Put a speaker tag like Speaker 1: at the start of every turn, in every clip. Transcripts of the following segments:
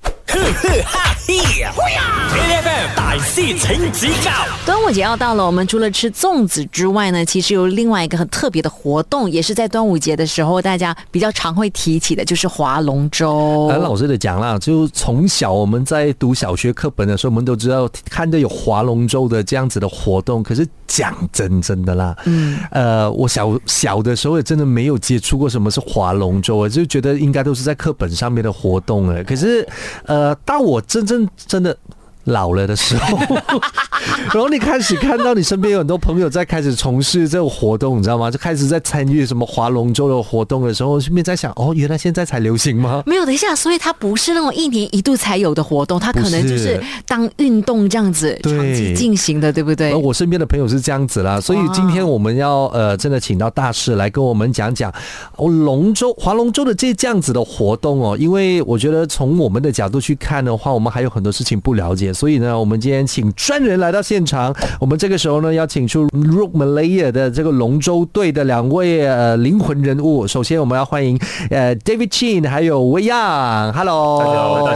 Speaker 1: 呵呵哈嘿，A F M 大师请指教
Speaker 2: 端午节要到了，我们除了吃粽子之外呢，其实有另外一个很特别的活动，也是在端午节的时候大家比较常会提起的，就是划龙舟。
Speaker 3: 很老实的讲啦，就从小我们在读小学课本的时候，我们都知道看着有划龙舟的这样子的活动。可是讲真真的啦，嗯，呃，我小小的时候也真的没有接触过什么是划龙舟，我就觉得应该都是在课本上面的活动哎。可是，呃，当我真正真的。老了的时候，然后你开始看到你身边有很多朋友在开始从事这种活动，你知道吗？就开始在参与什么划龙舟的活动的时候，顺便在想，哦，原来现在才流行吗？
Speaker 2: 没有，等一下，所以它不是那种一年一度才有的活动，它可能
Speaker 3: 不
Speaker 2: 就是是当运动这样子
Speaker 3: 对
Speaker 2: 长期进行的，对不对
Speaker 3: 而？我身边的朋友是这样子啦，所以今天我们要呃，真的请到大师来跟我们讲讲哦，龙舟划龙舟的这这样子的活动哦，因为我觉得从我们的角度去看的话，我们还有很多事情不了解，所以呢，我们今天请专人来到现场，我们这个时候呢，要请出 Rook Malaya 的这个龙舟队的两位呃灵魂人物，首先我们要欢迎呃 David Chin 还有 w e y a n g h e l l o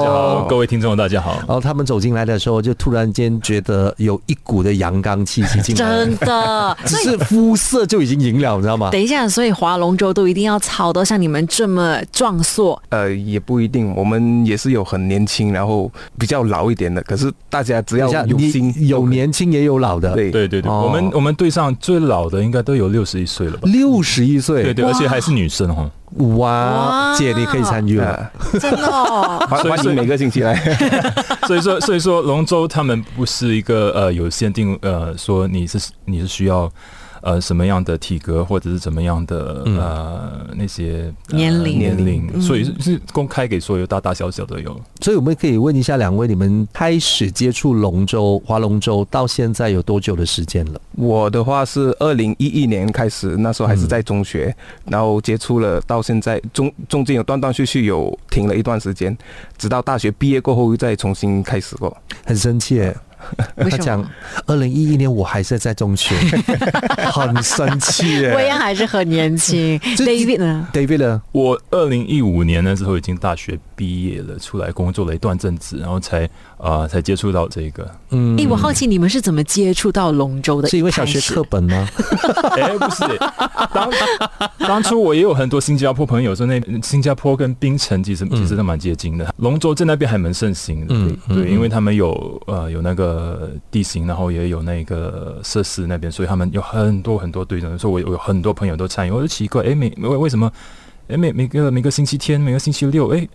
Speaker 1: 各位听众大家好。
Speaker 3: 然后他们走进来的时候，就突然间觉得有一股的阳刚气息进来了，
Speaker 2: 真的，
Speaker 3: 只是肤色就已经赢了，你知道吗？
Speaker 2: 等一下，所以划龙舟都一定要操到像你们这么壮 硕，
Speaker 4: 呃，也不一定，我们也是有很年轻，然后比较老一点的。可是大家只
Speaker 3: 等
Speaker 4: 要
Speaker 3: 一下，
Speaker 4: 有心，
Speaker 3: 你有年轻也有老的，，
Speaker 4: 对
Speaker 5: 对对对，
Speaker 3: 哦
Speaker 5: 我们我们队上最老的应该都有六十一岁了吧？
Speaker 3: 六十一
Speaker 5: 对
Speaker 3: 岁，
Speaker 5: 对，而且还是女生哦。
Speaker 3: 哇，
Speaker 2: 哇
Speaker 3: 姐你可以参与了。
Speaker 4: 啊，。
Speaker 2: 真的、哦
Speaker 3: 啊
Speaker 4: 欢
Speaker 5: 所以
Speaker 4: 欢
Speaker 5: 所
Speaker 4: 迎
Speaker 5: 以
Speaker 4: 每个星期来。
Speaker 5: 所以说所以说龙舟他们不是一个呃有限定呃说你是你是需要呃什么样的体格或者是怎么样的呃那些呃
Speaker 2: 年龄
Speaker 5: 年龄，所以是是公开给所有大大小小的有。
Speaker 3: 所以我们可以问一下两位，你们开始接触龙舟、划龙舟到现在有多久的时间了？
Speaker 4: 我的话是二零一一年开始，那时候还是
Speaker 3: 嗯
Speaker 4: 在中学，然后接触了，到现在中中间有断断续续有停了一段时间，直到大学毕业过后又再重新开始 过。
Speaker 3: 很生气耶，
Speaker 2: 为
Speaker 3: 他
Speaker 2: 什
Speaker 3: 讲
Speaker 2: 么？
Speaker 3: 二零一一年我还是在 中学，很生气
Speaker 2: 我一
Speaker 3: 耶。
Speaker 2: 样还是很年 轻。
Speaker 3: 这
Speaker 2: David 呢？
Speaker 3: David 呢？
Speaker 5: 我二零一五年那时候已经大学毕业了，出来工作了一段阵子，然后才呃才接触到这个。
Speaker 3: 嗯
Speaker 2: 诶，哎我好奇你们是怎么接触到龙舟的？
Speaker 3: 是因为小学课本吗？
Speaker 5: 哎、不是，当 当初我也有很多新加坡朋友说那，新加坡跟槟城其实其实都蛮接近的，龙舟在那边还蛮盛行的，
Speaker 3: 嗯
Speaker 5: 对，对
Speaker 3: 嗯
Speaker 5: 因为他们有呃有那个地形，然后也有那个设施那边，所以他们有很多很多队人，所以我有我有很多朋友都参与，我就奇怪，哎、每为为什么，哎、每每个每个星期天，每个星期六，哎、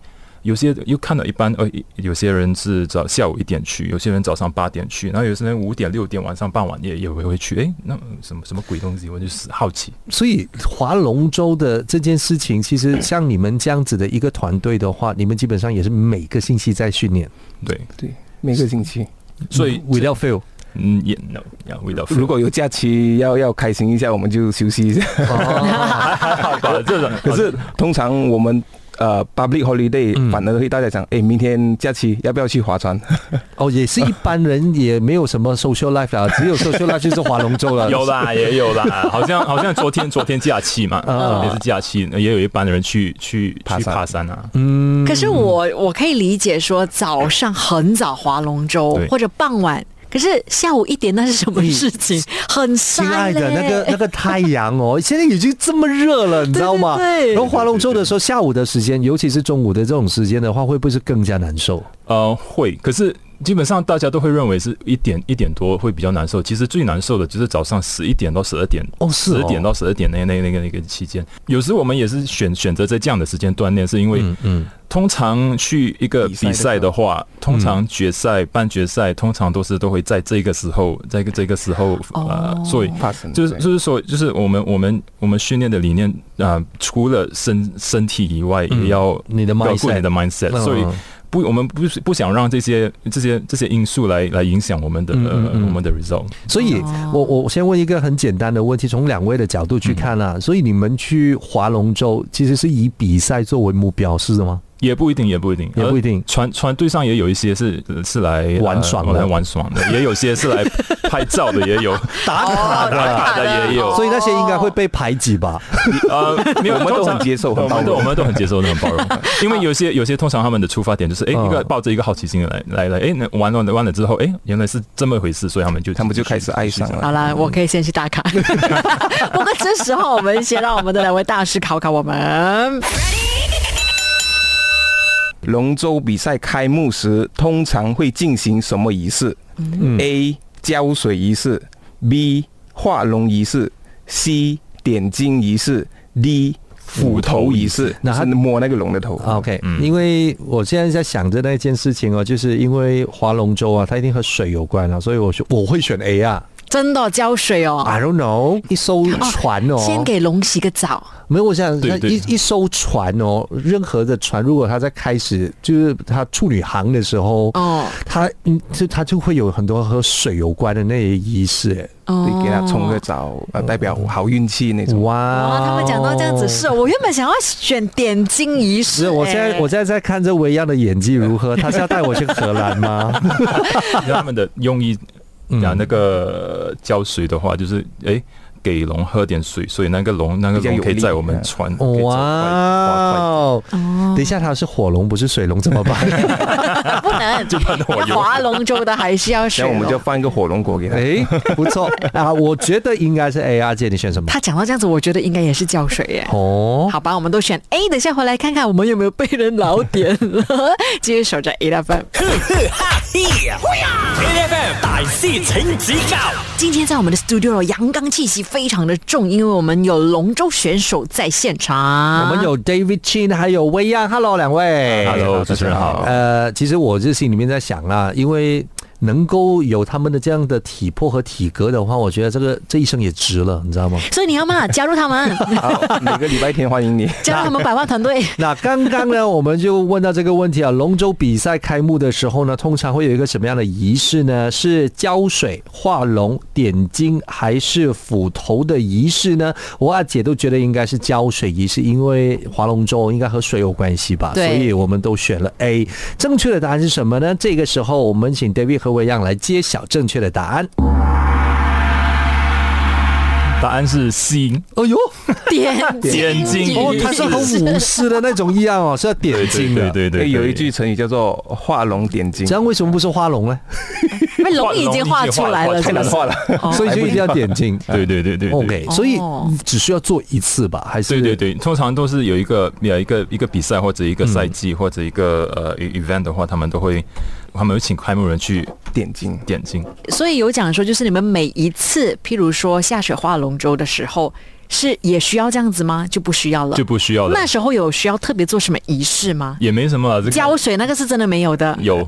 Speaker 5: 有些又看到一般，呃，有些人是早下午一点去，有些人早上八点去，然后有些人五点、六点、晚上傍晚也也会会去。诶，那什么什么鬼东西？我就是好奇。
Speaker 3: 所以划龙舟的这件事情，其实像你们这样子的一个团队的话，你们基本上也是每个星期在训练。
Speaker 5: 对，
Speaker 4: 对，每个星期，
Speaker 5: 所以
Speaker 3: ，without fail，
Speaker 5: 嗯也 no 要味道。
Speaker 4: 如果有假期要要开心一下，我们就休息一下。
Speaker 3: 哦
Speaker 5: 还好吧，这种
Speaker 4: 可是通常我们。呃，public holiday、
Speaker 3: 嗯
Speaker 4: 反而会大家讲，哎，明天假期要不要去划船？
Speaker 3: 哦，也是一般人也没有什么 social life 啦，只有 social life 就是划龙舟了。
Speaker 5: 有啦，也有啦，好像好像昨天昨天假期嘛
Speaker 3: 啊，
Speaker 5: 也是假期，也有一班人去去去
Speaker 4: 爬山
Speaker 5: 爬山啊。
Speaker 3: 嗯，
Speaker 2: 可是我我可以理解说早上很早划龙舟
Speaker 5: 对
Speaker 2: 或者傍晚，可是下午一点那是什么事情？ 很
Speaker 3: 亲
Speaker 2: 晒
Speaker 3: 爱的，
Speaker 2: 嘞
Speaker 3: 那个那个太阳哦，现在已经这么热了，你知道吗？
Speaker 2: 对对对
Speaker 3: 然后划龙舟的时候，下午的时间，尤其是中午的这种时间的话，会不会是更加难受？
Speaker 5: 呃，会，可是基本上大家都会认为是一点一点多会比较难受。其实最难受的就是早上十一点到十二点，
Speaker 3: 哦是哦
Speaker 5: 十点到十二点那那那个那个期间。有时我们也是选选择在这样的时间锻炼，是因为
Speaker 3: 嗯，
Speaker 5: 通常去一个比赛的话，通常决赛、半决赛，通常都是都会在这个时候，在这个时候呃，
Speaker 2: 哦
Speaker 5: 所以
Speaker 4: 发
Speaker 3: 嗯
Speaker 4: 生
Speaker 5: 就是就是说，就是我们我们我们训练的理念啊、呃除了身身体以外，
Speaker 3: 嗯
Speaker 5: 也要
Speaker 3: 你的
Speaker 5: 包括
Speaker 3: mindset
Speaker 5: 你的 mindset，、
Speaker 3: 嗯
Speaker 5: 所以不，我们不是不想让这些这些这些因素来来影响我们的、
Speaker 3: 嗯嗯
Speaker 5: 呃
Speaker 3: 嗯
Speaker 5: 我们的 result。
Speaker 3: 所以
Speaker 2: 哦，
Speaker 3: 我我我先问一个很简单的问题，从两位的角度去看啊，所以你们去划龙舟，其实是以比赛作为目标，是的吗？
Speaker 5: 也不一定，也不一定，
Speaker 3: 也不一定
Speaker 5: 呃船船队上也有一些是是来
Speaker 3: 玩爽的
Speaker 5: 呃玩爽的，也有些是来拍照的，也有
Speaker 3: 打
Speaker 2: 哦
Speaker 5: 打
Speaker 3: 卡的，
Speaker 5: 卡的也有
Speaker 3: 所以那些应该会被排挤吧？
Speaker 5: 呃，没有，
Speaker 4: 我们都
Speaker 5: 通常
Speaker 4: 很接受很
Speaker 5: 我
Speaker 4: 包
Speaker 5: 们都
Speaker 4: 容
Speaker 5: 我们都很接受，都很包 容。因为有些有些通常他们的出发点就是，哎，
Speaker 3: 嗯
Speaker 4: 哦
Speaker 5: 一个抱着一个好奇心来来来，哎，那玩了玩了之后，哎，原来是这么回事，所以他们就
Speaker 4: 他们就开始爱上了
Speaker 2: 好啦，我可以先去打 卡。不过这时候，我们先让我们的两位大师考考我们。
Speaker 4: 龙舟比赛开幕时通常会进行什么仪式、a 浇水仪式；B. 画龙仪式；C. 点睛仪式；D. 斧头仪式，
Speaker 3: 那他
Speaker 4: 是摸那个龙的头。
Speaker 3: OK，、因为我现在在想着那件事情哦，就是因为划龙舟啊，它一定和水有关啊，所以我说我会选 A 啊。
Speaker 2: 真的浇水哦，
Speaker 3: I don't know，一艘船哦，
Speaker 2: 先给龙洗个澡。
Speaker 3: 没有，我想
Speaker 5: 对
Speaker 3: 那
Speaker 5: 对
Speaker 3: 一一艘船哦，任何的船，如果它在开始就是它处女航的时候，
Speaker 2: 哦
Speaker 3: 它嗯，就它就会有很多和水有关的那些仪式。哎
Speaker 2: 哦
Speaker 4: 对，给他冲个澡，呃，代表好运气那种。
Speaker 3: 哇
Speaker 2: 哇，哦他们讲到这样子，是我原本想要选点睛仪式、
Speaker 3: 是哦我现在
Speaker 2: 哎
Speaker 3: 我现在在看这维亚的演技如何，他是要带我去荷兰吗？
Speaker 5: 你知道他们的用意讲那
Speaker 4: 嗯
Speaker 5: 个浇水的话，就是哎。诶给龙喝点水，所以那个龙那个
Speaker 4: 比较有
Speaker 5: 龙可以
Speaker 4: 力嗯
Speaker 5: 在我们船可以走
Speaker 3: 哇
Speaker 5: 快快
Speaker 3: 哦！等一下，他是火龙不是水龙怎么办？
Speaker 2: 不能，
Speaker 5: 就喷我油
Speaker 2: 划龙舟的还是要水
Speaker 4: 然后我们就
Speaker 2: 龙。
Speaker 4: 放一个火龙果给他。
Speaker 3: 哎，不错 啊，我觉得应该是 A R 姐，你选什么？
Speaker 2: 他讲到这样子，我觉得应该也是浇水耶。
Speaker 3: 哦，
Speaker 2: 好吧，我们都选 A，等一下回来看看我们有没有被人老点 了。继续守着 A 的 分。
Speaker 1: 哈嘿呀！A F M 大师请指教
Speaker 2: 今天在我们的 studio 阳刚气息非常的重，因为我们有龙舟选手在现
Speaker 5: 啊
Speaker 2: 场。
Speaker 3: 我们有 David Chin，还有薇漾，Hello 两位
Speaker 5: Hello，主持人好。
Speaker 3: 呃，其实我是心里面在想啦，因为能够有他们的这样的体魄和体格的话，我觉得这个这一生也值了，你知道吗？
Speaker 2: 所以你要嘛加入他 们，
Speaker 4: 好，每个礼拜天欢迎你。
Speaker 2: 加入他们百万团队。
Speaker 3: 那刚刚呢，我们就问到这个问题啊，龙舟比赛开幕的时候呢，通常会有一个什么样的仪式呢？是浇水、画龙、点睛，还是斧头的仪式呢？我阿姐都觉得应该是浇水仪式，因为划龙舟应该和水有关系吧，所
Speaker 2: 对
Speaker 3: 以我们都选了 A。正确的答案是什么呢？这个时候我们请 David 和维漾来揭晓正确的答案。
Speaker 5: 答案是 C，
Speaker 3: 哎呦，
Speaker 2: 点
Speaker 5: 点睛
Speaker 2: 睛
Speaker 3: 哦，他是和舞狮的那种一样哦，是要点睛的。
Speaker 5: 对对对，
Speaker 4: 哎有一句成语叫做“画龙点睛
Speaker 3: 这样为什么不是花龙呢？
Speaker 2: 因为龙已经画出来了，”，
Speaker 5: 画
Speaker 4: 太
Speaker 2: 是不
Speaker 4: 难
Speaker 2: 是？
Speaker 4: 画了。
Speaker 3: 所以就一定要点睛。
Speaker 5: 对对对对对
Speaker 3: OK，所以
Speaker 2: 哦
Speaker 3: 只需要做一次吧？还是
Speaker 5: 对对对，通常都是有一个有一个一个比赛或者一个赛季、或者一个呃 event 的话，他们都会他们会请开幕人去
Speaker 4: 点睛，
Speaker 5: 点睛。
Speaker 2: 所以有讲说，就是你们每一次，譬如说下水画龙舟的时候，是也需要这样子吗？就不需要了。
Speaker 5: 就不需要了
Speaker 2: 那时候有需要特别做什么仪式吗？
Speaker 5: 也没什么啊，这个
Speaker 2: 浇水那个是真的没有的。
Speaker 5: 有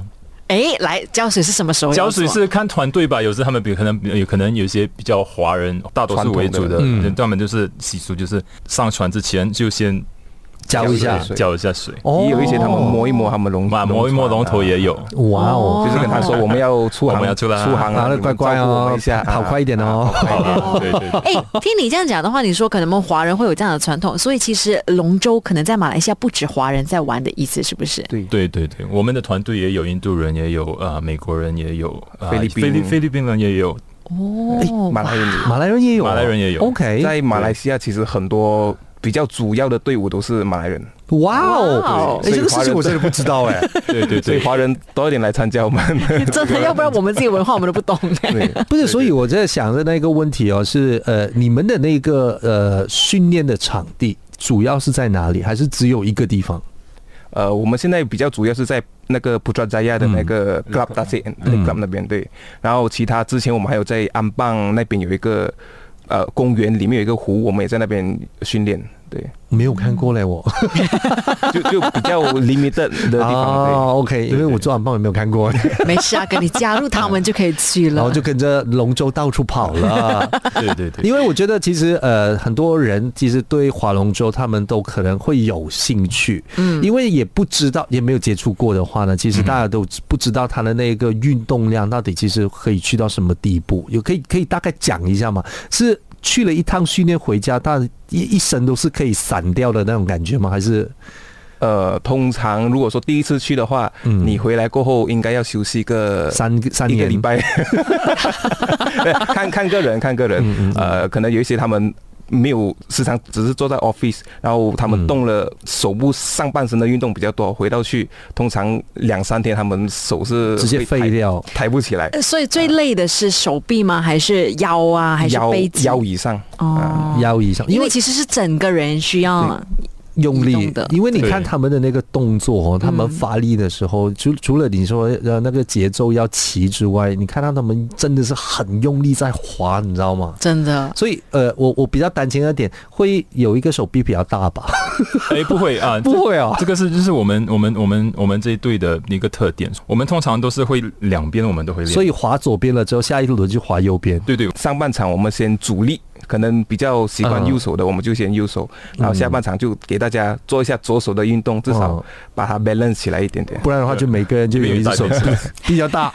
Speaker 2: 哎，来浇水是什么时候要
Speaker 5: 浇
Speaker 2: 做？
Speaker 5: 水是看团队吧，有时他们比可能有可能有些比较华人大多数为主的，
Speaker 3: 传统的
Speaker 5: 人他们就是习俗就是上船之前就先
Speaker 3: 教一下
Speaker 4: 浇。水啊
Speaker 5: 浇一下水，
Speaker 3: 哦
Speaker 4: 也有一些他们摸一摸他们龙，
Speaker 5: 嘛、摸一摸龙头也
Speaker 4: 有。
Speaker 5: 有。
Speaker 3: 哇哦，
Speaker 4: 就是跟他说我们要出航，
Speaker 5: 我们要出来啊
Speaker 4: 出航
Speaker 3: 拿的
Speaker 4: 了，你
Speaker 3: 乖
Speaker 4: 们
Speaker 3: 乖
Speaker 4: 照顾我
Speaker 3: 哦
Speaker 4: 们一下，，啊
Speaker 3: 跑快一点哦。
Speaker 5: 好了，对对对
Speaker 2: 哎，听你这样讲的话，你说可能我们华人会有这样的传统，所以其实龙舟可能在马来西亚不止华人在玩的意思，是不是？
Speaker 4: 对，
Speaker 5: 对对对，我们的团队也有印度人，也有啊、呃美国人，也有啊、呃
Speaker 4: 菲律宾
Speaker 5: 菲律菲律宾人也有，
Speaker 2: 哦，
Speaker 4: 马来人
Speaker 3: 马来人也有啊，
Speaker 5: 马来人也有
Speaker 3: OK，
Speaker 4: 在马来西亚其实很多比较主要的队伍都是马来人，
Speaker 3: 哇
Speaker 2: 哇
Speaker 3: 哦
Speaker 2: 哦，
Speaker 3: 哎，这个事情我 真的不知道哎。
Speaker 5: 对哦 对
Speaker 4: 所以
Speaker 5: 对，
Speaker 4: 华人多一点来参加我们。
Speaker 2: 真的，要不然我们自己文化我们都不懂。
Speaker 4: 对，
Speaker 3: 不是，所以我在想的那个问题哦，是呃，你们的那个呃训练的场地主要是在哪里？还是只有一个地方？
Speaker 4: 呃，我们现在比较主要是在那个布抓扎亚的那个 club 大线 club 那边对，然后其他之前我们还有在安邦那边有一个呃公园里面有一个湖，我们也在那边训练，对，
Speaker 3: 没有看过嘞，我
Speaker 4: 就就比较 limited 嗯的地方。对
Speaker 3: 啊，OK，因为我做晚棒也没有看 过，
Speaker 2: 没事啊，跟你加入他们就可以去了。
Speaker 3: 然后就跟着龙舟到处跑了。
Speaker 5: 对对对，
Speaker 3: 因为我觉得其实呃，很多人其实对划龙舟他们都可能会有兴趣，嗯，因为也不知道也没有接触过的话呢，其实大家都不知道它的那个运动量到底其实可以去到什么地步，有可以可以大概讲一下吗？是去了一趟训练回家，但一一身都是可以散掉的那种感觉吗？还是
Speaker 4: 呃，通常如果说第一次去的话，
Speaker 3: 嗯
Speaker 4: 你回来过后应该要休息个
Speaker 3: 三个三
Speaker 4: 呃一个
Speaker 3: 年
Speaker 4: 礼拜，对看看个人，看个
Speaker 3: 嗯
Speaker 4: 人，呃，可能有一些他们。没有时常只是坐在 office，然后他们动了手部上半身的运动比较多，回到去通常两三天他们手是
Speaker 3: 直接
Speaker 4: 会
Speaker 3: 废掉
Speaker 4: 抬，抬不起来，
Speaker 2: 呃所以最累的是手臂吗？还是腰啊？还是
Speaker 4: 腰
Speaker 2: 背脊？
Speaker 4: 腰以上，
Speaker 2: 哦，
Speaker 3: 呃腰以上，因
Speaker 2: 因
Speaker 3: 为
Speaker 2: 为其实是整个人需要
Speaker 3: 用
Speaker 2: 移
Speaker 3: 力
Speaker 2: 动的
Speaker 3: 因为你
Speaker 5: 对
Speaker 3: 看他们的那个动作哦，他们发力的时候，除除了你说呃那个节奏要齐之外，你看到他们真的是很用力在滑，你知道吗？
Speaker 2: 真的。
Speaker 3: 所以呃，我我比较担心那点，会有一个手臂比较大吧？
Speaker 5: 哎、不会啊，这
Speaker 3: 不会哦，
Speaker 5: 这个是就是我们我们我们我们这一队的一个特点，我们通常都是会两边我们都会练，
Speaker 3: 所以滑左边了之后，下一轮就滑右边。
Speaker 5: 对对，
Speaker 4: 上半场我们先主力，可能比较习惯
Speaker 3: 嗯
Speaker 4: 右手的，我们就先右手，然后下半场就给大家做一下左手的运动，至少
Speaker 3: 哦
Speaker 4: 把它 balance 起来一点点。
Speaker 3: 不然的话，就每个人就有一只手臂比较大。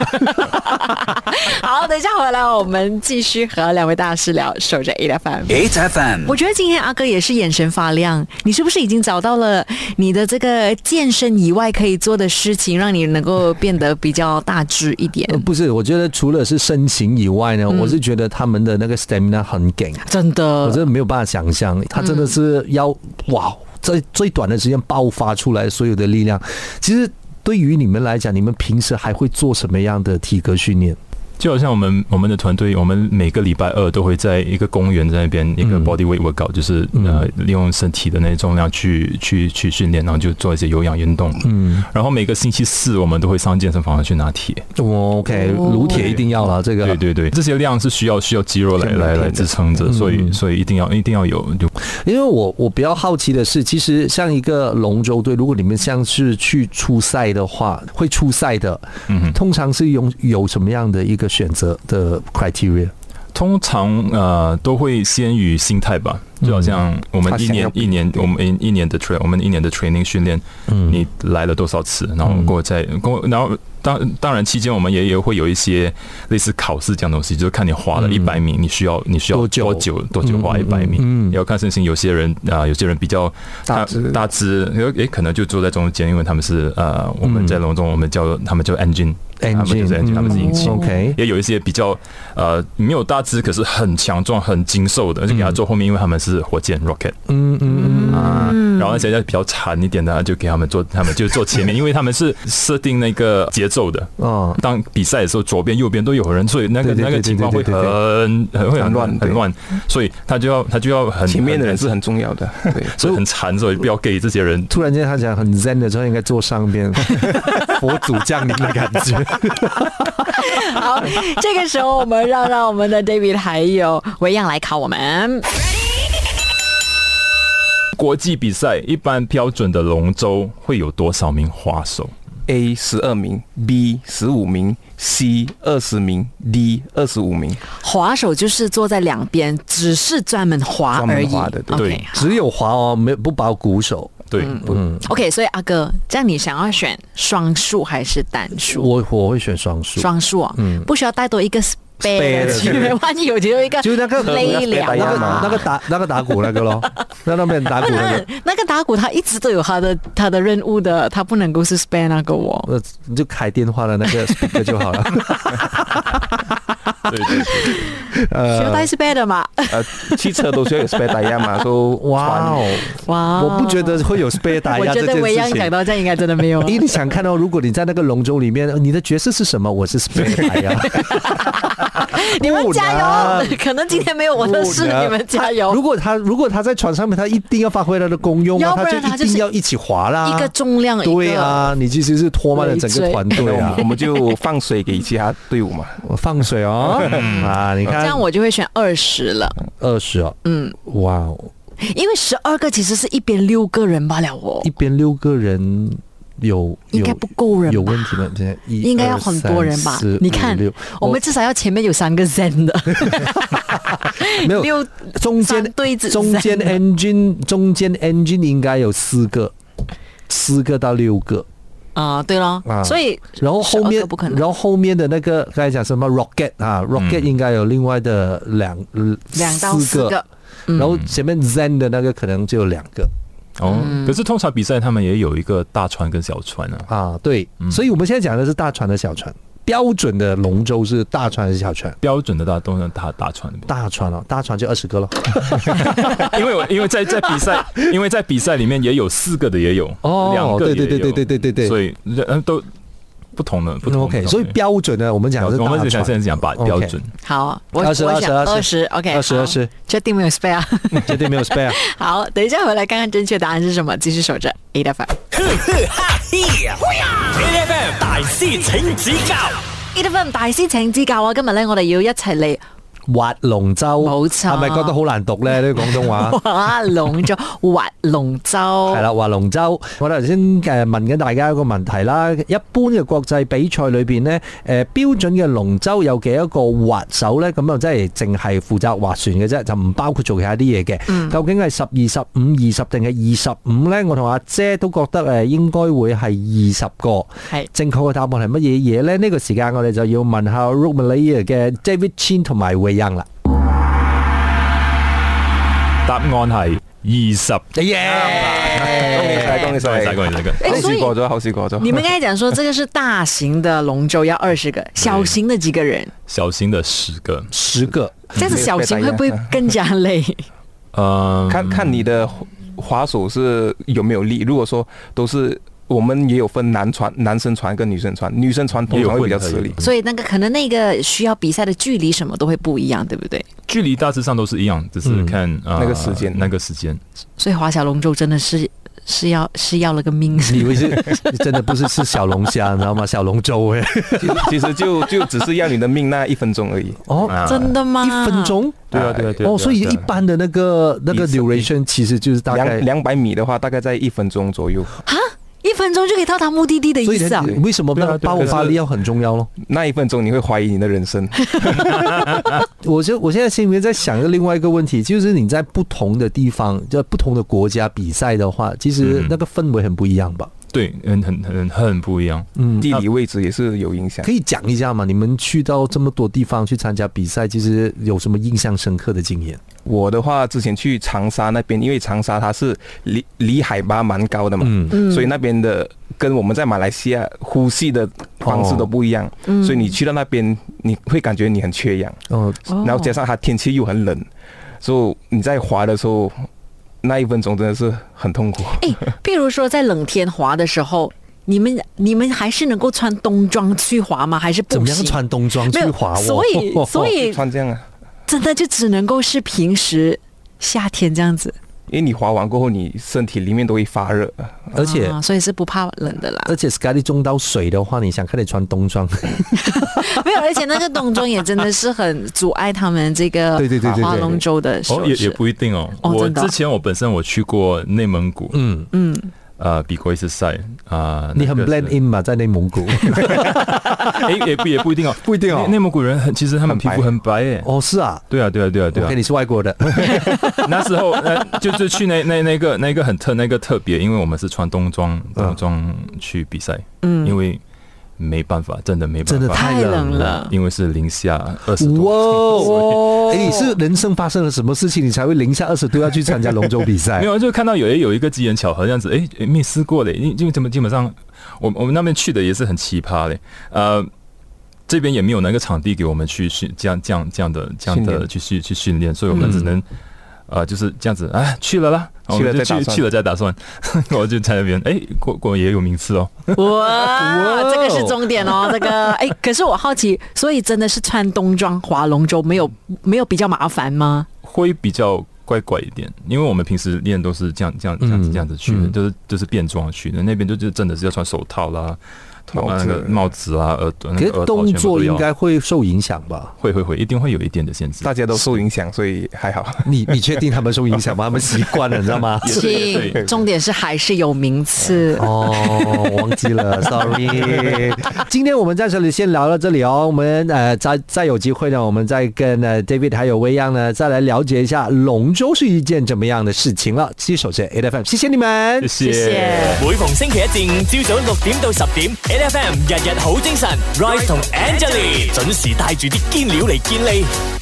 Speaker 2: 好，等一下回来，哦我们继续和两位大师聊守着 A F M。
Speaker 1: ，HFM
Speaker 2: 我觉得今天阿哥也是眼神发亮，你是不是已经找到了你的这个健身以外可以做的事情，让你能够变得比较大只一点？
Speaker 3: 呃不是，我觉得除了是身形以外呢，我是觉得他们的那个 stamina 很紧，
Speaker 2: 真
Speaker 3: 我真
Speaker 2: 的，
Speaker 5: 嗯
Speaker 3: 的没有办法想象，他真的是要、哇，在最短的时间爆发出来所有的力量。其实对于你们来讲，你们平时还会做什么样的体格训练？
Speaker 5: 就好像我们我们的团队，我们每个礼拜二都会在一个公园在那边一个
Speaker 3: 嗯
Speaker 5: body weight workout，就是、
Speaker 3: 嗯
Speaker 5: 呃利用身体的那些重量去去去训练，然后就做一些有氧运动。
Speaker 3: 嗯，
Speaker 5: 然后每个星期四我们都会上健身房去拿铁。
Speaker 3: 我 OK，
Speaker 2: 哦
Speaker 3: 撸铁一定要了，这个
Speaker 5: 对对对，这些量是需要需要肌肉来
Speaker 4: 是每
Speaker 5: 来
Speaker 4: 天
Speaker 5: 来
Speaker 4: 的
Speaker 5: 支撑
Speaker 3: 嗯
Speaker 5: 着，所以所以一定要一定要有就
Speaker 3: 因为我我比较好奇的是，其实像一个龙舟队，如果你们像是去出赛的话，会出赛的，
Speaker 5: 嗯哼。
Speaker 3: 通常是用有什么样的一个选择的 criteria？
Speaker 5: 通常呃都会先于心态吧，
Speaker 3: 嗯
Speaker 5: 就好像我们
Speaker 4: 他
Speaker 5: 一
Speaker 4: 想
Speaker 5: 年
Speaker 4: 要
Speaker 5: 一年我们一一年的 train 我们一年的 training 训练，
Speaker 3: 嗯
Speaker 5: 你来了多少次，然后过后再过后，然后当当然期间我们也也会有一些类似考试这样东西，就是看你滑了
Speaker 3: 嗯
Speaker 5: 一百米，你需要你需要
Speaker 3: 多久
Speaker 5: 多
Speaker 4: 嗯
Speaker 5: 久多久滑一百米，
Speaker 3: 嗯嗯
Speaker 5: 也要看身形，有些人啊、有些人比较
Speaker 4: 大只
Speaker 5: 大只，也可能就坐在中间，因为他们是呃我
Speaker 3: 嗯
Speaker 5: 们在笼中我们叫他们叫 engine，他们就是 engine，他们是引擎。
Speaker 3: 嗯，OK，
Speaker 5: 也有一些比较呃没有大只，可是很强壮、很精瘦的，就给他坐后面，因为他们是火箭 rocket
Speaker 3: 嗯嗯嗯，
Speaker 5: 啊。然后那些比较馋一点的，就给他们坐，他们就坐前面，因为他们是设定那个节奏的。
Speaker 3: 哦，
Speaker 5: 当比赛的时候，左边右边都有人，所以那个
Speaker 3: 对对对
Speaker 5: 那个情况会
Speaker 3: 对
Speaker 5: 很
Speaker 3: 对
Speaker 5: 很会很
Speaker 4: 很乱
Speaker 5: 很
Speaker 4: 对
Speaker 5: 乱，所以他就要他就要很
Speaker 4: 前面的人
Speaker 5: 很
Speaker 4: 是很重要的，对。
Speaker 5: 所以很馋，所以不要给这些人
Speaker 3: 突然间他讲很 zen 的时候，应该坐上 边， 佛祖降临的感觉。
Speaker 2: 好，这个时候我们让让我们的 David 还有维扬来考我们。
Speaker 5: 国际比赛。一般标准的龙舟会有多少名滑手？
Speaker 4: A 十二名，B 十五名，C 二十名，D 二十五名，
Speaker 2: 滑手就是坐在两边，只是专门滑而已。
Speaker 4: 专门滑的对
Speaker 2: OK，好
Speaker 3: 只有滑哦，没有不包鼓手。
Speaker 5: 对，
Speaker 3: 嗯
Speaker 2: OK，所以阿哥，这样你想要选双数还是单数？
Speaker 3: 我我会选双数，
Speaker 2: 双数啊，不需要带多一个 spare，
Speaker 3: 嗯 Spare
Speaker 2: 的
Speaker 3: 的
Speaker 2: 去万一有只有一个
Speaker 3: 就那个
Speaker 2: 累了
Speaker 3: 那个
Speaker 2: 啊
Speaker 3: 那个打那个打鼓那个 咯，那那边打鼓那个。
Speaker 2: 那个打鼓他一直都有他的他的任务的，他不能够是 spare 那个哦我。
Speaker 3: 呃，你就开电话的那个 speaker 就好了。
Speaker 5: 对对对。
Speaker 2: 需要带 spare 的嘛？
Speaker 4: 呃，汽车都需要有 spare 打压嘛，说
Speaker 3: 哇哦，
Speaker 2: 哇，
Speaker 3: 我不觉，得会有 spare 打
Speaker 2: 我
Speaker 3: 压
Speaker 2: 觉
Speaker 3: 这
Speaker 2: 得维
Speaker 3: 件
Speaker 2: 央
Speaker 3: 事
Speaker 2: 讲
Speaker 3: 情。
Speaker 2: 到这样应该真的没有。
Speaker 3: 因为你想看到，如果你在那个龙舟里面，呃你的角色是什么？我是 spare 打 压。
Speaker 2: 你们加
Speaker 3: 不
Speaker 2: 油，
Speaker 3: 能
Speaker 2: 可能今天没有我的事，
Speaker 3: 不能啊
Speaker 2: 你们加油。
Speaker 3: 如果他如果他在船上面，他一定要发挥他的功用
Speaker 2: 要
Speaker 3: 啊，
Speaker 2: 不然他
Speaker 3: 他
Speaker 2: 就
Speaker 3: 就是一定要一起滑啦。
Speaker 2: 一个重量，一个
Speaker 3: 啊对啊，你其实是拖慢了整个团队
Speaker 4: 我
Speaker 3: 啊
Speaker 4: 们我。们就放水给其他队伍嘛。
Speaker 3: 我放水哦，啊，你
Speaker 2: 这
Speaker 3: 看
Speaker 2: 样我就会选二十了，
Speaker 3: 二十哦，嗯，哇哦，
Speaker 2: 因为十二个其实是一边六个人罢了哦
Speaker 3: 一，边六个人有
Speaker 2: 应
Speaker 3: 有
Speaker 2: 该不够人吧
Speaker 3: 有问题吗？现在一
Speaker 2: 应该要很多人吧
Speaker 3: 二三四？
Speaker 2: 你看
Speaker 3: 五六，
Speaker 2: 我们至少要前面有三个 Zen 的，
Speaker 3: 我没 有
Speaker 2: 六
Speaker 3: 中
Speaker 2: 三
Speaker 3: 间
Speaker 2: 对子
Speaker 3: 中间哎
Speaker 2: 三
Speaker 3: engine 中间 engine 应该有四个，四个到六个，
Speaker 2: 啊，对咯，
Speaker 3: 啊
Speaker 2: 所以
Speaker 3: 然后后
Speaker 2: 12
Speaker 3: 面
Speaker 2: 个不可能
Speaker 3: 然后后面的那个刚才讲什么 rocket
Speaker 5: 嗯
Speaker 3: 啊，rocket 应该有另外的两
Speaker 2: 两到四
Speaker 3: 四
Speaker 2: 个嗯
Speaker 3: 个，然后前面 zen 的那个可能就有两个。
Speaker 5: 哦，可是通常比赛他们也有一个大船跟小船啊。
Speaker 3: 啊，对，所以我们现在讲的是大船的小船，标准的龙舟是大船还是小船？
Speaker 5: 标准的大都是大大船，
Speaker 3: 大船哦，大船就二十个了。
Speaker 5: 因 为我因为在在比赛，因为在比赛里面也有四个的，也有
Speaker 3: 哦
Speaker 5: 两个
Speaker 3: 对
Speaker 5: 也
Speaker 3: 对
Speaker 5: 有，
Speaker 3: 对对对对对对
Speaker 5: 所以呃都不同的不同的。
Speaker 3: OK，所以标准呢，我们讲
Speaker 5: 标
Speaker 3: 的是
Speaker 5: 准我
Speaker 3: 大
Speaker 5: 们只想现
Speaker 3: 船
Speaker 5: 在。讲把
Speaker 3: OK
Speaker 5: 标准。
Speaker 2: 好，我
Speaker 3: 20
Speaker 2: 我想
Speaker 3: 20
Speaker 2: 二十，OK，
Speaker 3: 20
Speaker 2: 好
Speaker 3: 20
Speaker 2: 确定没有 spare。 啊
Speaker 3: 绝对没有 spare。
Speaker 2: 好，等一下回来看看正确答案是什么，继续守着 A F M。
Speaker 1: A F M 大师请指教
Speaker 2: A F M 大師請指教啊！今日咧，我哋要一齊嚟
Speaker 3: 滑龍舟，
Speaker 2: 冇錯
Speaker 3: 係咪覺得好難讀咧？呢個廣東話
Speaker 2: 划龍舟、划龍 舟
Speaker 3: 啊係。啦，滑龍舟。我頭先誒問緊大家一個問題啦，一般嘅國際比賽裏邊呢，誒標準嘅龍舟有幾多個滑手呢？咁啊，真係淨係負責划船嘅啫，就唔包括做其他啲嘢嘅。究竟係十二、十五、二十定係二十五呢？我同阿姐都覺得呃誒應該會係二十個。
Speaker 2: 係
Speaker 3: 正確嘅答案係乜嘢嘢呢？呢、個時間我哋就要問下 r o m a l a y 嘅 David Chin 同埋 Wei Yang 啦。
Speaker 5: 答案係二十。
Speaker 4: 恭
Speaker 5: 恭喜
Speaker 4: 喜晒，恭喜
Speaker 5: 晒
Speaker 4: 晒，
Speaker 5: 恭喜晒恭喜
Speaker 2: 哎
Speaker 4: 好
Speaker 2: 所以
Speaker 4: 事過咗，好事 過咗。
Speaker 2: 你们刚才讲说这个是大型的龙舟，要二十个，小型的几个人，
Speaker 5: 小型的十个，
Speaker 3: 十個。
Speaker 2: 这样子小型会不会更加 累？
Speaker 5: 嗯，
Speaker 4: 看看你的滑手是有没有力。如果说都是，我们也有分男船、男生船跟女生船，女生船通常会比较吃
Speaker 5: 也有混
Speaker 4: 力
Speaker 5: 合。
Speaker 2: 所以那个可能那个需要比赛的距离什么都会不一样，对不对？
Speaker 5: 距离大致上都是一样，只
Speaker 3: 嗯
Speaker 5: 是看、呃
Speaker 4: 那个时间
Speaker 5: 那个时间。
Speaker 2: 所以划小龙舟真的是是要是要了个命。
Speaker 3: 你以为是真的不是吃小龙虾，你知道吗？小龙舟哎，
Speaker 4: 其实其实就就只是要你的命那一分钟而已。
Speaker 3: 哦，
Speaker 5: 啊
Speaker 2: 真的吗？
Speaker 3: 一分钟
Speaker 5: 对啊，对啊，对啊。
Speaker 3: 哦，所以
Speaker 5: 对啊
Speaker 3: 一般的那个那个
Speaker 5: 一
Speaker 3: duration 其实就是大概
Speaker 4: 两。两百米的话，大概在一分钟左右。
Speaker 2: 啊，一分钟就可以到达目的地的
Speaker 3: 所
Speaker 2: 意
Speaker 3: 以
Speaker 2: 思啊？
Speaker 3: 为什么那
Speaker 5: 对
Speaker 3: 个
Speaker 5: 啊对啊
Speaker 3: 爆发力要很重要咯？
Speaker 4: 那一分钟你会怀疑你的人生。
Speaker 3: 我就我现在心里面在想一个另外一个问题，就是你在不同的地方，在不同的国家比赛的话，其实
Speaker 5: 嗯
Speaker 3: 那个氛围很不一样吧？
Speaker 5: 对，很很很很不一样。
Speaker 3: 嗯，
Speaker 4: 地理位置也是有影响
Speaker 3: 可。以讲一下嘛？你们去到这么多地方去参加比赛，其实有什么印象深刻的经验？
Speaker 4: 我的话，之前去长沙那边，因为长沙它是离离海拔蛮高的嘛，
Speaker 2: 嗯
Speaker 4: 所以那边的跟我们在马来西亚呼吸的方式都不一样，所以你去到那边，你会感觉你很缺氧，
Speaker 3: 哦，
Speaker 2: 哦
Speaker 4: 然后加上它天气又很冷，所以你在滑的时候，那一分钟真的是很痛苦。
Speaker 2: 哎，譬如说在冷天滑的时候，你们你们还是能够穿冬装去滑吗？还是不
Speaker 3: 怎
Speaker 2: 行？
Speaker 3: 么样穿冬装
Speaker 2: 没
Speaker 3: 去
Speaker 2: 有
Speaker 3: 滑？，
Speaker 2: 所 以所以
Speaker 4: 穿这样啊，
Speaker 2: 真的就只能够是平时夏天这样子，
Speaker 4: 因为你滑完过后，你身体里面都会发热，
Speaker 3: 哦而且
Speaker 2: 啊、所以是不怕冷的 啦。
Speaker 3: 而且 Sky 中到水的话，你想看你穿冬装，
Speaker 2: 没有，而且那个冬装也真的是很阻碍他们这个
Speaker 3: 对对对对对
Speaker 2: 划龙舟的手
Speaker 5: 哦，也
Speaker 2: 势
Speaker 5: 也不一定哦。
Speaker 2: 哦
Speaker 5: 我
Speaker 2: 真的啊
Speaker 5: 之前我本身我去过内蒙古，
Speaker 3: 嗯，
Speaker 5: 呃，比过一次赛啊。
Speaker 3: 你很
Speaker 5: 那个是
Speaker 3: blend in 嘛，在内蒙 古。
Speaker 5: 哎，也不也不一定哦，
Speaker 3: 不一定哦
Speaker 5: 内内蒙古人很，其实他们皮
Speaker 4: 很白
Speaker 5: 肤很白诶。
Speaker 3: 哦，是啊，
Speaker 5: 对啊，对啊，对啊，对啊
Speaker 3: OK，。你是外 国的，
Speaker 5: 那时候，呃，就是去那那那个那个很特那个特别，因为我们是穿冬装
Speaker 3: 嗯
Speaker 5: 冬装去比赛，嗯，因为没办法，真的没办
Speaker 3: 真
Speaker 5: 法，
Speaker 3: 的
Speaker 2: 太冷了
Speaker 5: 因为是零下二十
Speaker 3: 哇
Speaker 5: 多。
Speaker 3: 哦！哎，是人生发生了什么事情，你才会零下二十度要去参加龙舟比赛
Speaker 4: 哎
Speaker 5: 没？有，就看到有一有一个机缘巧合这样子，哎，诶没试过嘞，因因为怎么基本上，我我们那边去的也是很奇葩嘞，呃，这边也没有那个场地给我们去训这样这样这样的这样
Speaker 4: 训
Speaker 5: 的
Speaker 4: 练嗯
Speaker 5: 去训去训练，所以我们只能、呃就是这样子，哎，去了啦，我
Speaker 4: 去了
Speaker 5: 们就
Speaker 4: 再打
Speaker 5: 去
Speaker 4: 算
Speaker 5: 去了再打算， 我就在那边，哎，过过也有名次哦，
Speaker 2: 哇，这个是终点哦，这个哎，可是我好奇，所以真的是穿冬装划龙舟没有没有比较麻烦吗？
Speaker 5: 会比较。怪怪一点，因为我们平时练都是这样、这样、这样子、
Speaker 3: 嗯
Speaker 5: 这样子去的，就是就是变装去的。那边就就真的是要穿手套啦，
Speaker 4: 帽
Speaker 5: 啊那
Speaker 4: 子
Speaker 5: 个帽子啊、耳朵，
Speaker 3: 可
Speaker 5: 那
Speaker 3: 是
Speaker 5: 个耳朵
Speaker 3: 动
Speaker 5: 全部
Speaker 3: 作
Speaker 5: 都要
Speaker 3: 应该会受影响吧？
Speaker 5: 会会会，一定会有一点的限制
Speaker 4: 大。家都受影响，所以还好。
Speaker 3: 你你确定他们受影响吗？他们习惯了，你知道 吗？
Speaker 5: 对
Speaker 2: 请，重点是还是有名次。
Speaker 3: 哦，我忘记了，sorry。今天我们在这里先聊到这里哦，我们呃再再有机会呢，我们再跟呃 David 还有薇漾呢再来了解一下龙舟是一件怎么样的事情了。接手这 A F M，谢谢你们，
Speaker 5: 谢
Speaker 1: 每逢星期一至五朝早六點到十點，A F M 日日好精神，Rise 同 Angelie 準時帶住啲堅料嚟健利。